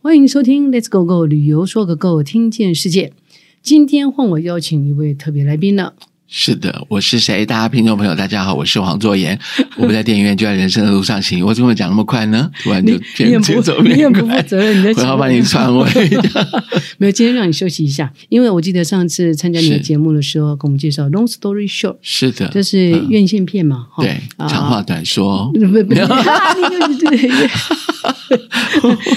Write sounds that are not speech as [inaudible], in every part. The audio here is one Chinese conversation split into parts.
欢迎收听 Let's Go Go 旅游说个够，听见世界。今天换我邀请一位特别来宾了，是的，我是谁？大家听众朋友，大家好，我是黄 [laughs] 作言。我们在电影院就在人生的路上行。我怎么讲那么快呢？突然你就你变很节奏不你变很不快负，责任，你在 [laughs] 我要前把面你 [laughs] 篡位。没有，今天让你休息一下，因为我记得上次参加你的是节目的时候，给我们介绍《Long Story Short》，是的，就是嗯院线片嘛，哈、对，啊长话短说不。不 [laughs] [laughs] 不，啊那个是对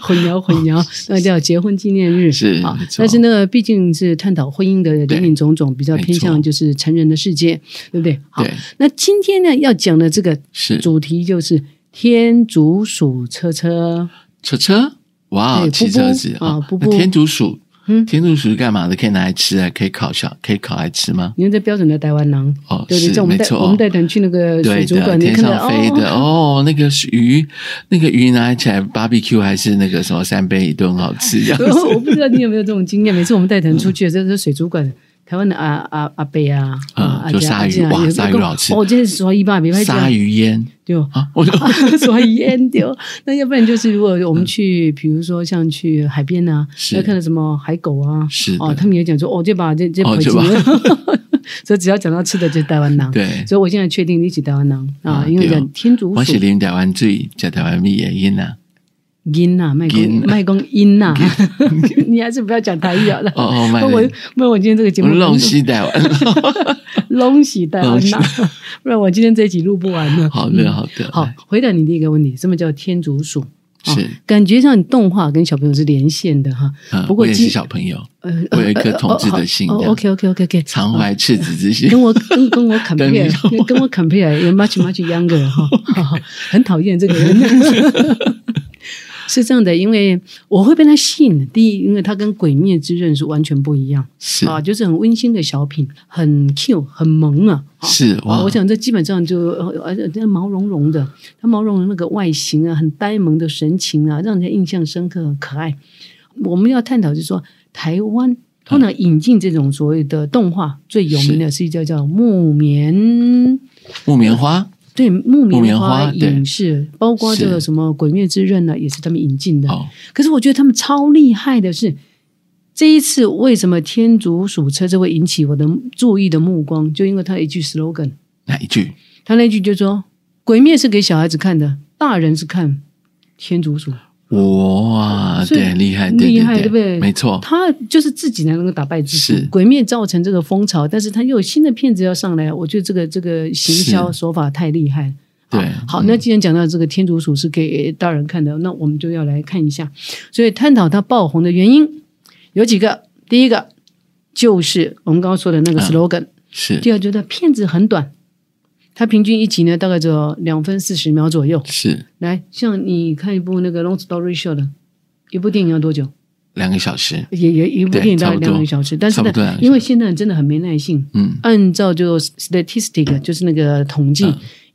混淆混淆，那叫结婚纪念日是啊没。错但是那个毕竟是探讨婚姻的林林种种，比较偏没向错就是成人的世界，对不对？好对，那今天呢要讲的这个是主题就是天竺鼠车车，车车，哇，对骑布布车子啊哦布那布天竺鼠嗯，天竺鼠是干嘛的？可以拿来吃啊，可以烤小，可以烤来吃吗？你们这标准的台湾狼，哦，对不对？是像我们没带错，我们带团去那个对水族的，馆，你天看到上飞的哦，哦，那个是鱼，那个鱼拿起来 barbecue 还是那个什么三杯一顿好吃，这然样后我子不知道 [laughs] 你有没有这种经验，每次我们带团出去，这这水族馆。台湾的阿阿阿伯啊，嗯啊阿就姐啊鲨阿鱼姐啊哇也是鲨鱼跟我好吃哦我今天刷一把没拍鲨鱼烟对哦，啊，我就 [laughs] 刷烟对哦。那要不然就是，如果我们去，比如说像去海边啊，是要看到什么海狗啊，是哦，的，他们也讲说哦，这把这这哦盆这把景 [laughs] 所以只要讲到吃的，就是台湾囊。对，所以我现在确定你是台湾人啊，啊因为对哦讲天竺我鼠是啉台湾水，食台湾米的烟呐，音呐，卖公囡卖公音呐， [laughs] 你还是不要讲台语好了。哦 [laughs] 哦，卖不然我的，不然我今天这个节我目弄死台湾，弄死台湾呐， [laughs] 不然我今天这一集录不完了。 [laughs] 好的嗯好的，好，回答你第一个问题，什么叫天竺鼠？啊是，感觉上动画跟小朋友是连线的哈。嗯不过我也今哦是小朋友，呃，我有一颗统治的心这样 OK OK OK OK，常怀赤子之心，跟我跟跟 [laughs] 我等你 compare，跟跟我 compare 也 much much younger 哈，哈哈很讨厌这个人。 [laughs] 是这样的，因为我会被他吸引。第一，因为他跟《鬼灭之刃》是完全不一样是啊，就是很温馨的小品，很 Q，很萌啊。啊是啊哇我，想这基本上就呃而且毛茸茸的，它毛茸茸那个外形啊，很呆萌的神情啊，让人家印象深刻，很可爱。我们要探讨就是说，台湾通常引进这种所谓的动画，最有名的是一叫叫木棉。木棉花对木木棉棉花对影视，包括这个是什么《鬼灭之刃》呢，啊也是他们引进的。哦，可是我觉得他们超厉害的是，这一次为什么天竺鼠车这会引起我的注意的目光，就因为他一句 slogan，哪一句？他那句就说：“鬼灭是给小孩子看的，大人是看天竺鼠。哇，所以对，厉害，厉对害对不对没”错，他就是自己才能够打败自己是。鬼灭造成这个风潮，但是他又有新的片子要上来，我觉得这个这个行销是手法太厉害了。对好，好嗯那既然讲到这个天竺鼠是给大人看的，那我们就要来看一下。所以探讨它爆红的原因有几个，第一个就是我们刚刚说的那个嗯 slogan，、是第二就是它片子很短，它平均一集呢大概只有两分四十秒左右。是来，像你看一部那个《Long Story Short》的，一部电影要多久？两个小时，也也一部对电影大差概不两多个小时，但是差不多呢两，个因为现在人真的很没耐性。嗯，按照就 statistic 就是那个统计，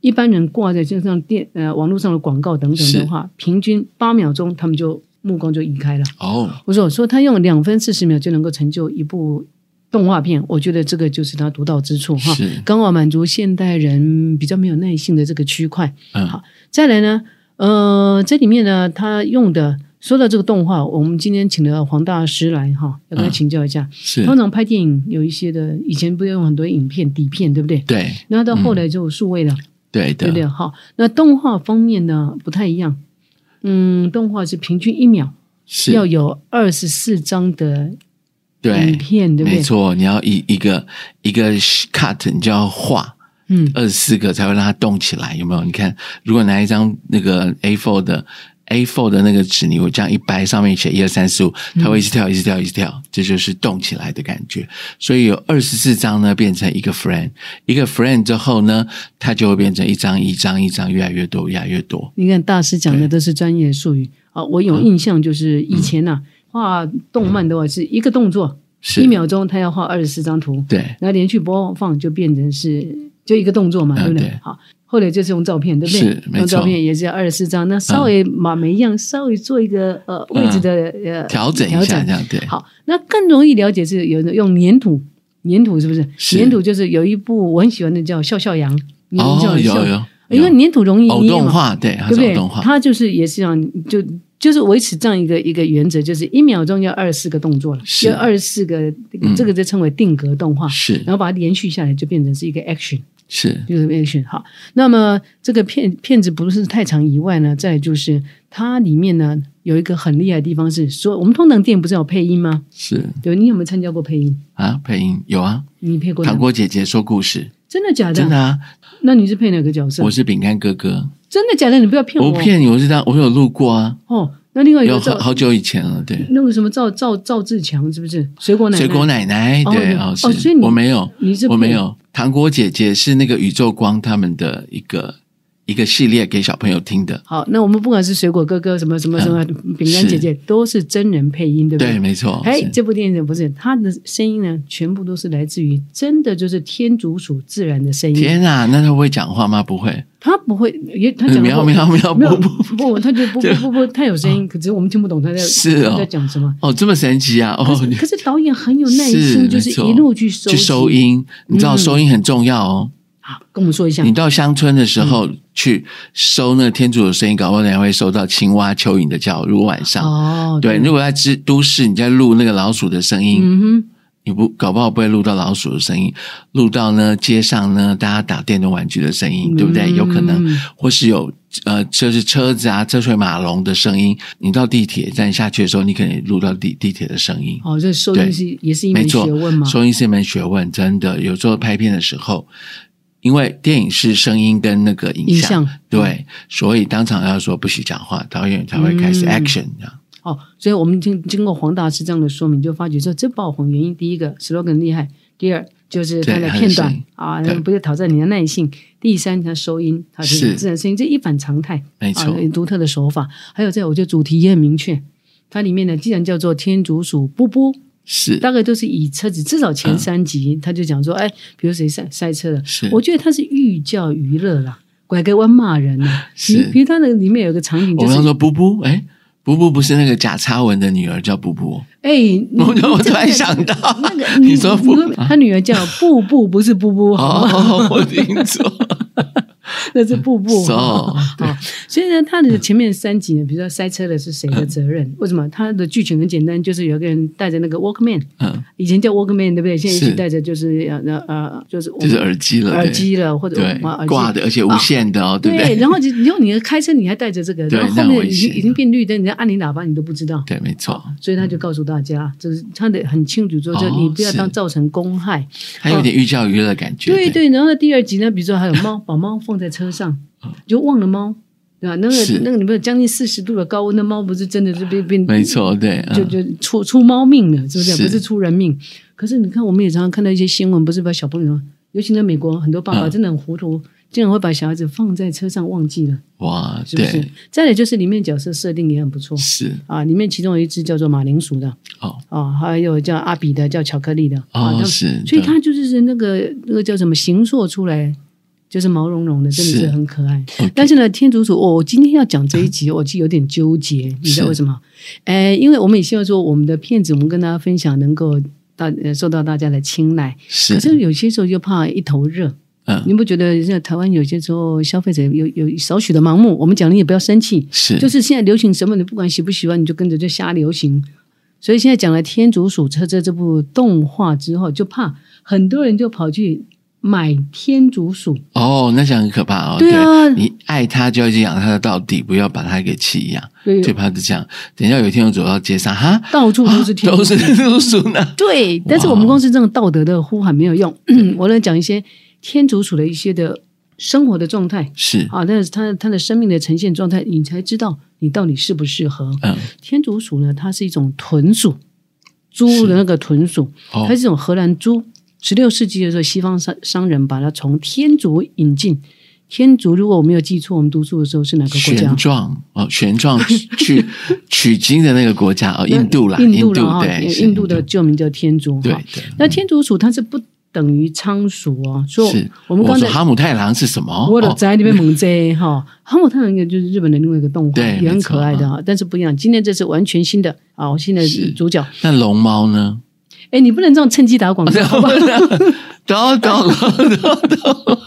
一般人挂在身上电呃网络上的广告等等的是话，平均八秒钟他们就目光就移开了。哦，我说说他用两分四十秒就能够成就一部动画片，我觉得这个就是他独到之处哈，是，刚好满足现代人比较没有耐性的这个区块。嗯，好再来呢，呃，这里面呢，他用的说到这个动画，我们今天请了黄大师来哈，要跟他嗯请教一下。是，通常拍电影有一些的，以前不是用很多影片底片，对不对？对，然后到后来就有数位了，嗯对啊对不对？的，好，那动画方面呢不太一样，嗯，动画是平均一秒是，要有二十四张的影对，片，对不没对？错，你要一一个一个 cut，你就要画嗯，二十四个才会让它动起来，有没有？你看，如果拿一张那个 A4 的 A4 的那个纸，你我这样一掰，上面写一二三四五，它会一直跳，一直跳，一直跳，这就是动起来的感觉。所以有二十四张呢，变成一个 frame，一个 frame 之后呢，它就会变成一张一张一张，越来越多，越来越多。你看大师讲的对都是专业术语啊，我有印象就是以前呐、画动漫的话是一个动作，嗯是一秒钟他要画二十四张图，对，然后连续播放就变成是就一个动作嘛，嗯对不对？对好，后来就是用照片，对不对是？没错用照片也是要二十四张，那稍微把每一样稍微做一个呃嗯位置的、呃调整一下这样对。好，那更容易了解是有用粘土，粘土是不是？是粘土就是有一部我很喜欢的叫《笑笑羊》，你们哦，叫有笑有，因为有粘土容易偶捏动嘛，画，对，它对不是偶对动？画，它就是也是这样，就就是维持这样一个一个原则，就是一秒钟要二十四个动作了，是有二十四个，嗯这个就称为定格动画，是然后把它连续下来，就变成是一个 action。是就是 action 好，那么这个片片子不是太长以外呢，再来就是它里面呢有一个很厉害的地方是说，我们通常电影不是有配音吗？是对，你有没有参加过配音？啊，配音有啊，你配过哪糖果姐姐说故事，真的假的？真的啊，那你是配哪个角色？我是饼干哥哥，真的假的？你不要骗我我！不骗你，我是当我有录过啊，哦。那另外一有个好赵好久以前了，对，那个什么赵赵赵志强是不是水果奶奶？水果奶奶，哦对你哦，哦所以是你我没有，你是我没配有，糖果姐姐是那个宇宙光他们的一个一个系列给小朋友听的，好，那我们不管是水果哥哥什么什么什么饼干姐姐，都是真人配音，对不嗯对，没错，哎，是这部电影不是它的声音呢，全部都是来自于真的就是天竺鼠自然的声音，天啊，那他会讲话吗？不会，它不会，也它讲的喵话喵嗯喵没有不不不，它就不这不不不，它有声音，可是我们听不懂它在是哦它在讲什么。哦，这么神奇啊！可哦，是 [laughs] 你可是导演很有耐是心，没就是错一路去收去收集。音，你知道嗯收音很重要哦。好，跟我们说一下你。到乡村的时候嗯去收那个天竺鼠的声音，搞不好你还会收到青蛙、蚯蚓的叫。如果晚上，哦，对，，如果在知都市，你在录那个老鼠的声音，嗯哼，你不搞不好不会录到老鼠的声音，录到呢街上呢大家打电动玩具的声音，对不对？嗯有可能，或是有呃，就是车子啊车水马龙的声音。你到地铁站下去的时候，你可能录到地地铁的声音。哦，这收对音是也是一没门错，学问嘛。收音是一门学问，真的。有时候拍片的时候，因为电影是声音跟那个影影像，像对，所以当场要说不许讲话，导演才会开始嗯 action 这样。哦，所以我们经经过黄大师这样的说明，就发觉说这爆红原因，第一个 slogan 厉害，第二就是它对的它的片声段音啊对，不是挑战你的耐性；第三，它收音，它是是自然声音，这一反常态，没错啊，独特的手法。还有在我觉得主题也很明确，它里面呢，既然叫做天竺鼠布布，是大概都是以车子，至少前三集他就讲说，哎，比如谁塞塞车了嗯是，我觉得他是寓教于乐啦。拐个弯骂人呐、啊，是比比如他那个里面有个场景我就是刚刚，说布布，哎，布布不是那个贾插文的女儿叫布布，哦哎，你 [laughs] 我你我这个突然想到，那个 [laughs] 你说布你他女儿叫布布，不是布布，好吗？ [laughs] 哦，我听错，那是布布。 [laughs] So，好哦对所以呢，他的前面三集呢，比如说塞车的是谁的责任？嗯为什么？他的剧情很简单，就是有一个人带着那个 Walkman，嗯，以前叫 Walkman 对不对？现在一是起带着就是呃呃呃，就是我们就是耳机了，对耳机了，或者对哇耳机啊挂的，而且无线的哦，对不对，对？然后就你用你的开车，你还带着这个，对然后那后很面危已经险已经变绿灯，人家按你喇叭你都不知道。对，没错，所以他就告诉大家，就是他的很清楚说，就哦你不要是当造成公害。还有点寓教于乐的感觉，对，对，然后第二集呢，比如说还有 [laughs] 猫，把猫放在车上，就忘了猫，对吧？那是个那个，你不是将近四十度的高温，那猫不是真的是被被没，错，对，嗯就就出出猫命了，是不是？是不是出人命。可是你看，我们也常常看到一些新闻，不是把小朋友，尤其在美国，很多爸爸嗯真的很糊涂，竟然会把小孩子放在车上忘记了，哇，是不是对，？再来就是里面角色设定也很不错是啊，里面其中有一只叫做马铃薯的哦啊，还有叫阿比的，叫巧克力的啊，哦他是，所以对它就是那个那个叫什么形塑出来，就是毛茸茸的，真的是是很可爱。 OK 嗯但是呢，天竺鼠，哦我、我今天要讲这一集，我就有点纠 [laughs] 结，你知道是为什么？呃，因为我们也希望说，我们的片子，我们跟大家分享，能够大呃受到大家的青睐。可是是有些时候又怕一头热，嗯你不觉得像台湾有些时候消费者有有少许的盲目？我们讲你也不要生气，是就是现在流行什么，你不管喜不喜欢，你就跟着就瞎流行。所以现在讲了《天竺鼠车车》这部动画之后，就怕很多人就跑去买天竺鼠。哦，那这样很可怕哦。对啊你爱它就要去养它到底，不要把它给弃养。对哦最怕是这样。等一下有一天我走到街上，哈，啊到处都是天竺都是天竺鼠呢。对，但是我们公司这种道德的呼喊没有用。 [clears throat] 我来讲一些天竺鼠的一些的生活的状态是，啊，但是它它的生命的呈现状态，你才知道你到底适不适合。嗯，天竺鼠呢，它是一种豚鼠，猪的那个豚鼠，哦它是一种荷兰猪。十六世纪的时候，西方商商人把它从天竺引进。天竺，如果我没有记错，我们读书的时候是哪个国家玄？奘哦，玄奘去取经的那个国家哦，印度啦，印度了度哈，对，是印度的旧名叫天竺对哈。对。那天竺鼠它是不等于仓鼠哦，所以是，我们我刚说才哈姆太郎是什么？我的哦宅里面猛贼 [laughs] 哈，哈姆太郎一个就是日本的另外一个动画，对也很没错哦可爱的哈，但是不一样。今天这是完全新的啊，我现在是主角，那龙猫呢？ [laughs] 哎，你不能这样趁机打广告，好吧？懂懂懂懂。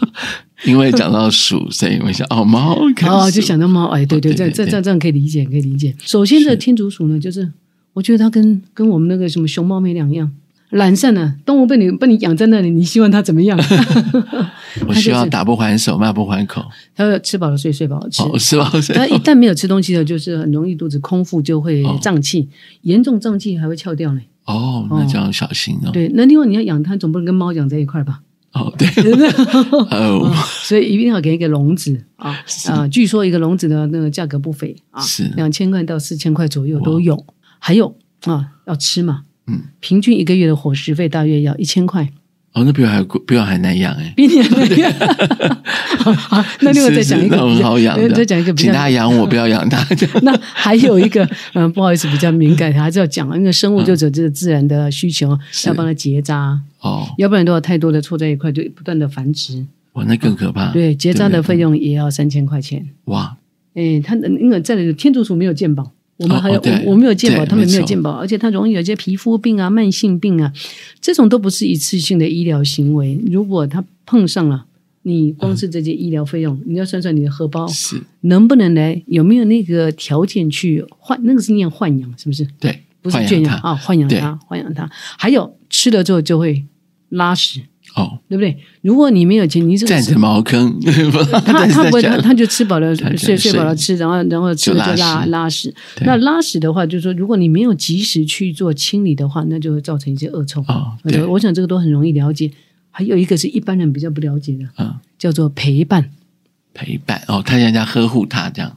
因为讲到鼠，所以我想哦猫跟哦，就鼠想到猫，哎，对对，哦对这对这对这这样可以理解，可以理解。首先的天竺鼠呢，就是我觉得它跟跟我们那个什么熊猫没两样，懒散啊，动物被你被你养在那里，你希望它怎么样？ [laughs] 我它需就要是打不还手，骂不还口，它吃饱了睡，睡饱了吃。哦是吧？它一旦没有吃东西的，就是很容易肚子空腹，就会哦胀气，严重胀气还会翘掉呢。哦，那这样小心哦。对，那另外你要养它，总不能跟猫养在一块儿吧？哦， [laughs] 对， [laughs] 哦，所以一定要给一个笼子啊是啊！据说一个笼子的那个价格不菲啊，是两千块到四千块左右都有。还有啊，要吃嘛，嗯，平均一个月的伙食费大约要一千块， [laughs] 哦，那比我还贵比我还难养哎。比你还贵。 [laughs] 好好，那另外再讲一是是个那比很较，好养的，再讲一个比请大较嗯家。养我，不要养它。 [laughs] 那还有一个，嗯，不好意思，比较敏感，还是要讲，因为生物就只有这个自然的需求，是要帮它结扎， [laughs] 哦，要不然的话，太多的凑在一块就不断的繁殖。哇，那更可怕。对，结扎的费用，用也要三千块钱。哇，哎，他因为在天竺鼠没有健保，我们哦还有、哦对我我没有健保，对他们没有没错健保，而且它容易有一些皮肤病啊、慢性病啊，这种都不是一次性的医疗行为。如果他碰上了，你光是这些医疗费用，嗯你要算算你的荷包是，能不能来，有没有那个条件去换，那个是念豢养，是不是？对，不是豢圈养养它。啊，豢养对它，豢养它。还有吃了之后就会拉屎，哦，对不对？如果你没有钱，你这个占是着茅坑， [laughs] [laughs] 他他他不会，他他就吃饱了他就睡，睡睡饱了吃，然后然后吃就了就拉拉屎拉屎。对那拉屎的话，就是说，如果你没有及时去做清理的话，那就会造成一些恶臭。哦，我对觉得，我想这个都很容易了解。还有一个是一般人比较不了解的，嗯，叫做陪伴。陪伴哦，他人家呵护它这样，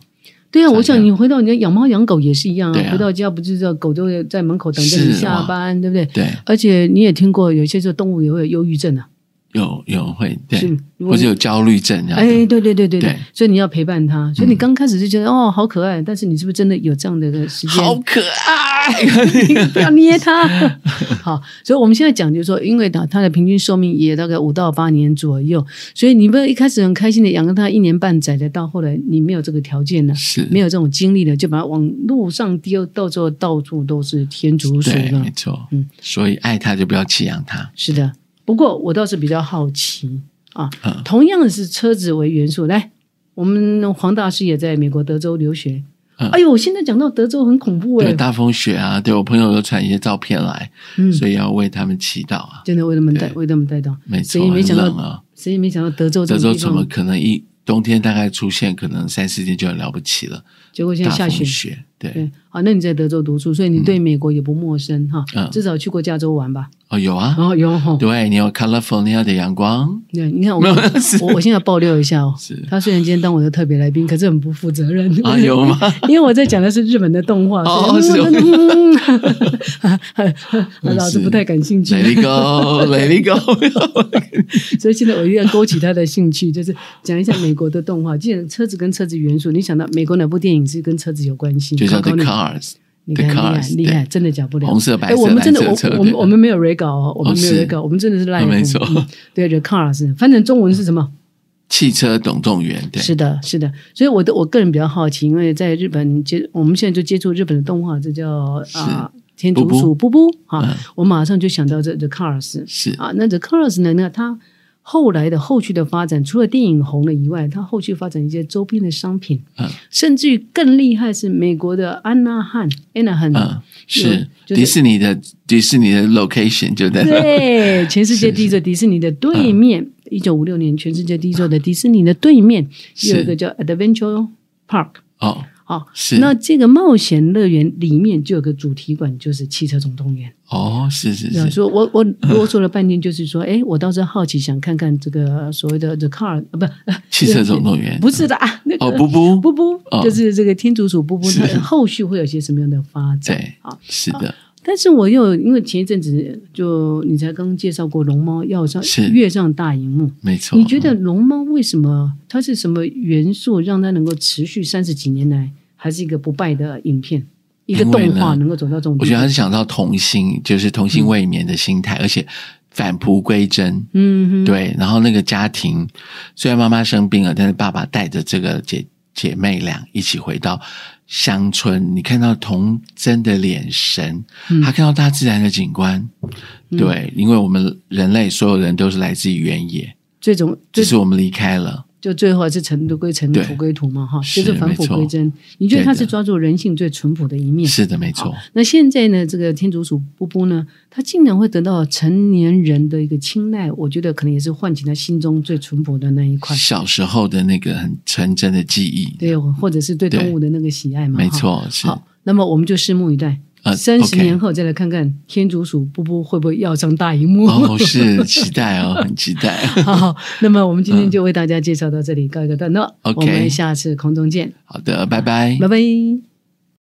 对啊，常我想见你回到你家养猫养狗也是一样对啊，啊回到家不就是要狗都在门口等着你是哦下哇班，对不对？对，而且你也听过，有些时候动物也会有忧郁症啊，有有会对是，如果或者有焦虑症啊这样哎，子。对对对对对对，嗯所以你要陪伴它。所以你刚开始就觉得哦，好可爱，但是你是不是真的有这样的一个时间？ [laughs] 好可爱，啊不要捏 [laughs] 它。好，所以我们现在讲就是说，因为它它的平均寿命也大概五到八年左右，所以你不要一开始很开心的养个它一年半载的，到后来你没有这个条件了，是没有这种精力了，就把它往路上丢，到最后到处都是天竺鼠对，了没。错，嗯嗯，所以爱它就不要弃养它，是的，不过我倒是比较好奇啊，嗯，同样是车子为元素，来，我们黄大师也在美国德州留学。嗯哎呦，我现在讲到德州很恐怖哎、对，大风雪啊，对我朋友都传一些照片来，嗯，所以要为他们祈祷啊，真的为他们带，对为他们带到。没谁错，也没很想到冷啊，谁也没想到德州这德个州地怎方，么可能一冬天大概出现，可能三四天就很了不起了，结果现在大下风雪。雪，对，对，好，那你在德州读书，所以你对美国也不陌生哈，嗯至少去过加州玩吧？哦，有啊，哦，有哈，对你有 California 的 [laughs] 阳光，对，你看我没有是我我现在爆料一下哦是，他虽然今天当我的特别来宾，可是很不负责任啊有吗？ [laughs] 因为我在讲的是日本的动画，所哦以是哦嗯 [laughs] 嗯 [laughs] 老师不太感兴趣， ，Let it go，Let [laughs] it go，所以现在我一定要勾起他的兴趣，就是讲一下美国的动画。既然车子跟车子元素，你想到美国哪部电影是跟车子有关系？就叫考考 The 你 Cars，你看 The 厉害 Cars，厉害，对真的假不了。红色白色哎我们真的蓝色我车我们对我们没有 re 稿哦，我们没有哦是 re 稿，我们真的是 live 哦没错嗯对，the cars，反正中文是什么？汽车总动员，对，是的，是的。所以我的我个人比较好奇，因为在日本接，我们现在就接触日本的动画，这叫啊天竺鼠布布啊嗯，我马上就想到这 the cars 是啊。那 the cars 呢？那它后来的后续的发展，除了电影红了以外，它后续发展一些周边的商品，嗯甚至于更厉害是美国的安娜汉 Anna 汉。嗯，是就是迪士尼的迪士尼的 location 就在那， [laughs] 对，全世界第一座迪士尼的对面，嗯一九五六年，全世界第一座的迪士尼的对面是有一个叫 Adventure Park。哦，好，是那这个冒险乐园里面就有个主题馆，就是汽车总动员。哦，是是嗯对啊是，所以我我啰嗦了半天，就是说，哎，我倒是好奇，想看看这个所谓的 The Car，呃，不， [laughs] 汽车总动 [laughs] 员，不是的啊，那个哦，不不布布哦，就是这个天竺鼠布布，是它后续会有些什么样的发展？对好，是的，但是我又因为前一阵子就你才刚介绍过龙猫要上是跃上大荧幕，没错。你觉得龙猫为什么它是什么元素让它能够持续三十几年来还是一个不败的影片，一个因为动呢画能够走到这种我地觉得他步？是想到童心，就是童心未泯的心态，而且返璞归真。嗯哼，对，然后那个家庭，虽然妈妈生病了，但是爸爸带着这个姐姐妹俩一起回到乡村，你看到童真的眼神，嗯他看到大自然的景观。对，因为我们人类所有人都是来自于原野，最终最只是我们离开了，就最后还是尘土归尘，对土归土嘛，哈，是就是返没璞错归真。你觉得对他的是抓住人性最淳朴的一面？是的，没错，那现在呢，这个天竺鼠布布呢，他竟然会得到成年人的一个青睐，我觉得可能也是唤起他心中最淳朴的那一块，小时候的那个很纯真的记忆，对，或者是对对动物的那个喜爱嘛，没哈。错，是好，那么我们就拭目以待，呃三十 OK 年后再来看看天竺鼠布布会不会要上大荧幕。 [laughs] 哦，是期待哦，很期待。好，那么我们今天就为大家介绍到这里，告一个段落。嗯 OK 我们下次空中见，好的，拜拜拜。拜。